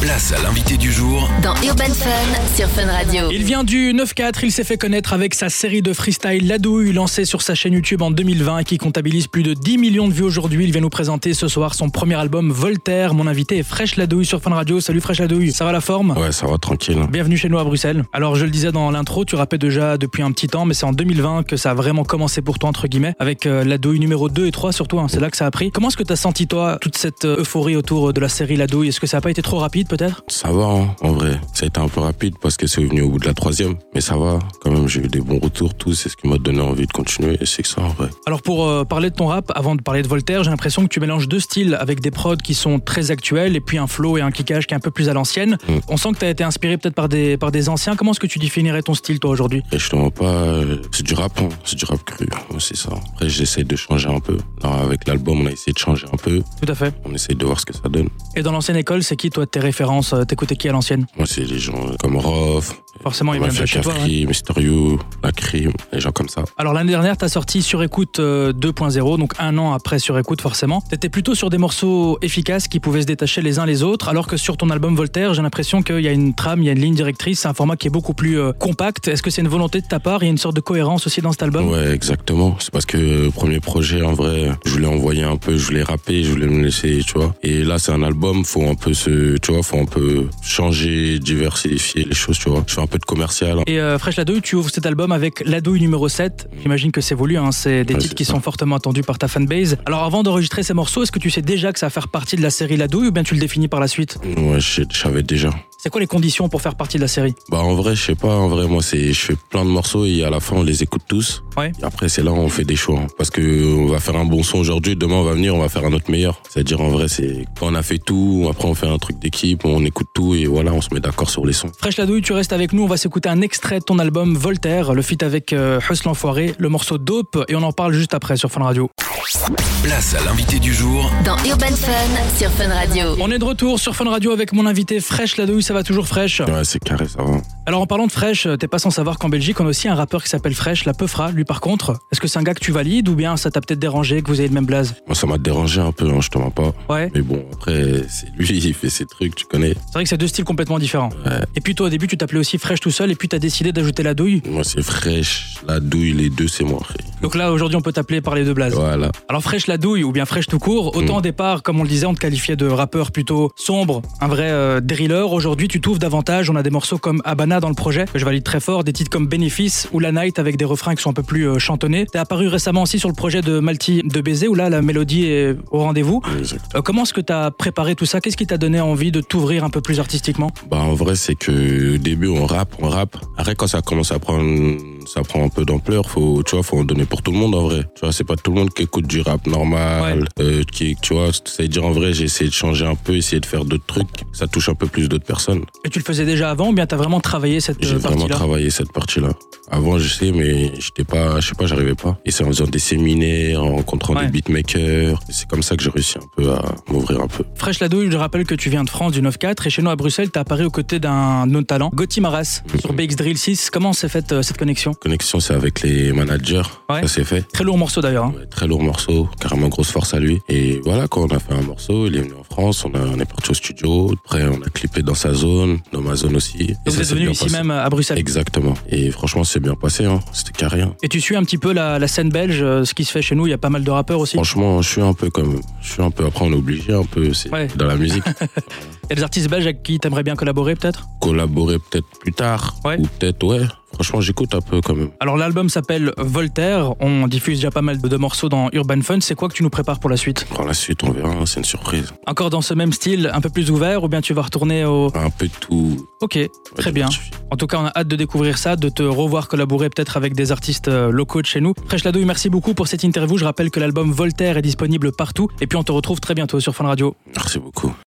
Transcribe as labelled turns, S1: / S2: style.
S1: Place à l'invité du jour
S2: Dans Urban Fun sur Fun Radio.
S3: Il vient du 9-4, il s'est fait connaître avec sa série de freestyle La Douille, lancée sur sa chaîne YouTube en 2020, qui comptabilise plus de 10 millions de vues aujourd'hui. Il vient nous présenter ce soir son premier album Voltaire. Mon invité est Fresh La Douille sur Fun Radio. Salut Fresh La Douille, ça va la forme
S4: Ouais, ça va tranquille.
S3: Bienvenue chez nous à Bruxelles. Alors je le disais dans l'intro, tu rappelles déjà depuis un petit temps, mais c'est en 2020 que ça a vraiment commencé pour toi, entre guillemets, avec euh, La Douille numéro 2 et 3 surtout, hein. c'est là que ça a pris. Comment est-ce que tu as senti toi toute cette euh, euphorie autour de la série La Douille Est-ce que ça n'a pas été trop rapide peut-être
S4: Ça va, hein, en vrai. Ça a été un peu rapide parce que c'est venu au bout de la troisième. Mais ça va, quand même, j'ai eu des bons retours, tout. C'est ce qui m'a donné envie de continuer. Et c'est que ça, en vrai.
S3: Alors pour euh, parler de ton rap, avant de parler de Voltaire, j'ai l'impression que tu mélanges deux styles avec des prods qui sont très actuels et puis un flow et un kickage qui est un peu plus à l'ancienne.
S4: Mm.
S3: On sent que tu as été inspiré peut-être par des, par des anciens. Comment est-ce que tu définirais ton style toi aujourd'hui
S4: Et je te mens pas, euh, c'est du rap, hein. c'est du rap cru, hein, c'est ça. Après, j'essaie de changer un peu. Là, avec l'album, on a essayé de changer un peu.
S3: Tout à fait.
S4: On essaye de voir ce que ça donne.
S3: Et dans l'ancienne école, c'est qui toi tes références euh, T'écoutais qui à l'ancienne
S4: Moi, c'est les gens euh, comme Rof,
S3: Forcément, hein. il va
S4: Mafia
S3: chez toi. ouais.
S4: Cafri, Mister You, La Crime, les gens comme ça.
S3: Alors l'année dernière, t'as sorti Sur Écoute euh, 2.0, donc un an après Sur Écoute forcément. T'étais plutôt sur des morceaux efficaces qui pouvaient se détacher les uns les autres, alors que sur ton album Voltaire, j'ai l'impression qu'il y a une trame, il y a une ligne directrice, c'est un format qui est beaucoup plus euh, compact. Est-ce que c'est une volonté de ta part Il y a une sorte de cohérence aussi dans cet album
S4: Ouais, exactement. C'est parce que euh, premier projet, en vrai, je voulais envoyer un peu, je voulais rapper, je voulais me laisser, tu vois. Et là, c'est un album, faut un peu se, tu vois, faut un peu changer, diversifier les choses, tu vois. Je fais un peu de commercial. hein.
S3: Et euh, Fresh La Douille, tu ouvres cet album avec La Douille numéro 7. J'imagine que c'est voulu, hein, c'est des
S4: Ouais,
S3: titres
S4: c'est
S3: qui
S4: ça.
S3: sont fortement attendus par ta fanbase. Alors avant d'enregistrer ces morceaux, est-ce que tu sais déjà que ça va faire partie de la série La Douille ou bien tu le définis par la suite
S4: hein. Ouais, je sais- je savais déjà.
S3: C'est quoi les conditions pour faire partie de la série
S4: Bah en vrai, je sais pas, en vrai moi c'est je fais plein de morceaux et à la fin on les écoute tous.
S3: Ouais.
S4: Et après c'est là où on fait des choix hein. parce que on va faire un bon son aujourd'hui, demain on va venir, on va faire un autre meilleur. C'est-à-dire en vrai c'est quand on a fait tout, après on fait un truc d'équipe, on écoute tout et voilà, on se met d'accord sur les sons.
S3: Fresh la douille, tu restes avec nous. On va s'écouter un extrait de ton album Voltaire, le feat avec euh, Huss l'enfoiré, le morceau Dope, et on en parle juste après sur Fun Radio.
S1: Place à l'invité du jour
S2: Dans Urban Fun sur Fun Radio.
S3: On est de retour sur Fun Radio avec mon invité Fresh la douille, ça va toujours fraîche.
S4: Ouais, c'est carré ça va.
S3: Alors en parlant de fraîche, euh, t'es pas sans savoir qu'en Belgique, on a aussi un rappeur qui s'appelle Fresh, la Peufra. Lui par contre, est-ce que c'est un gars que tu valides ou bien ça t'a peut-être dérangé que vous ayez le même blaze
S4: Moi ça m'a dérangé un peu, hein, je te mens pas.
S3: Ouais.
S4: Mais bon, après c'est lui, il fait ses trucs, tu connais.
S3: C'est vrai que c'est deux styles complètement différents.
S4: Ouais.
S3: Et puis toi au début, tu t'appelais aussi Fresh tout seul, et puis t'as décidé d'ajouter la douille.
S4: Moi c'est fraîche, la douille, les deux c'est moi. frère.
S3: Donc là aujourd'hui, on peut t'appeler par les deux blazes.
S4: Voilà.
S3: Alors fraîche la douille ou bien fraîche tout court, autant
S4: Mm.
S3: au départ, comme on le disait, on te qualifiait de rappeur plutôt sombre, un vrai euh, driller. Aujourd'hui, tu t'ouvres davantage. On a des morceaux comme Habana dans le projet, que je valide très fort, des titres comme Bénéfice ou La Night avec des refrains qui sont un peu plus euh, chantonnés. T'es apparu récemment aussi sur le projet de Malti de Baiser, où là, la mélodie est au rendez-vous.
S4: Exact.
S3: Euh, comment est-ce que t'as préparé tout ça Qu'est-ce qui t'a donné envie de t'ouvrir un peu plus artistiquement
S4: Bah en vrai c'est que au début on rappe, on rappe. Après quand ça commence à prendre ça prend un peu d'ampleur, faut tu vois, faut en donner pour tout le monde en vrai. Tu vois, c'est pas tout le monde qui écoute du rap normal, euh, qui tu vois, c'est à dire en vrai, j'ai essayé de changer un peu, essayer de faire d'autres trucs, ça touche un peu plus d'autres personnes.
S3: Et tu le faisais déjà avant ou bien t'as vraiment travaillé cette
S4: J'ai
S3: euh,
S4: vraiment
S3: partie-là
S4: travaillé cette partie-là. Avant, je sais, mais j'étais pas, je sais pas, j'arrivais pas. Et c'est en faisant des séminaires, en rencontrant
S3: Ouais.
S4: des beatmakers, Et c'est comme ça que j'ai réussi un peu à m'ouvrir un peu.
S3: Fresh Ladouille, je rappelle que tu viens de France du 9-4 et chez nous à Bruxelles, t'as apparu aux côtés d'un autre talent, Gauthier Maras, sur BX Drill 6. Comment s'est faite euh, cette connexion
S4: Connexion, c'est avec les managers,
S3: Ouais.
S4: ça s'est fait.
S3: Très lourd morceau d'ailleurs. hein.
S4: Ouais, Très lourd morceau, carrément grosse force à lui. Et voilà, quand on a fait un morceau, il est venu en France, on, a- on est parti au studio, après on a clippé dans sa zone, dans ma zone aussi. Et
S3: Donc vous
S4: ça
S3: êtes
S4: s'est
S3: venu
S4: bien
S3: ici
S4: passé.
S3: même à Bruxelles.
S4: Exactement. Et franchement, c'est bien passé, hein. c'était carré. hein.
S3: Et tu suis un petit peu la, la scène belge, euh, ce qui se fait chez nous, il y a pas mal de rappeurs aussi.
S4: Franchement, je suis un peu comme. Je suis un peu. Après, on est obligé un peu. C'est
S3: Ouais.
S4: dans la musique.
S3: Il y a des artistes belges avec qui t'aimerais bien collaborer peut-être
S4: Collaborer peut-être plus tard.
S3: Ouais.
S4: Ou peut-être, ouais. Franchement, j'écoute un peu quand même.
S3: Alors l'album s'appelle Voltaire, on diffuse déjà pas mal de, de morceaux dans Urban Fun, c'est quoi que tu nous prépares pour la suite
S4: Par la suite, on verra, hein, c'est une surprise.
S3: Encore dans ce même style, un peu plus ouvert, ou bien tu vas retourner au...
S4: Un peu de tout.
S3: Ok, très bien.
S4: diversifié.
S3: En tout cas, on a hâte de découvrir ça, de te revoir collaborer peut-être avec des artistes euh, locaux de chez nous. Fresh Ladouille, merci beaucoup pour cette interview. Je rappelle que l'album Voltaire est disponible partout. Et puis on te retrouve très bientôt sur Fun Radio.
S4: Merci beaucoup.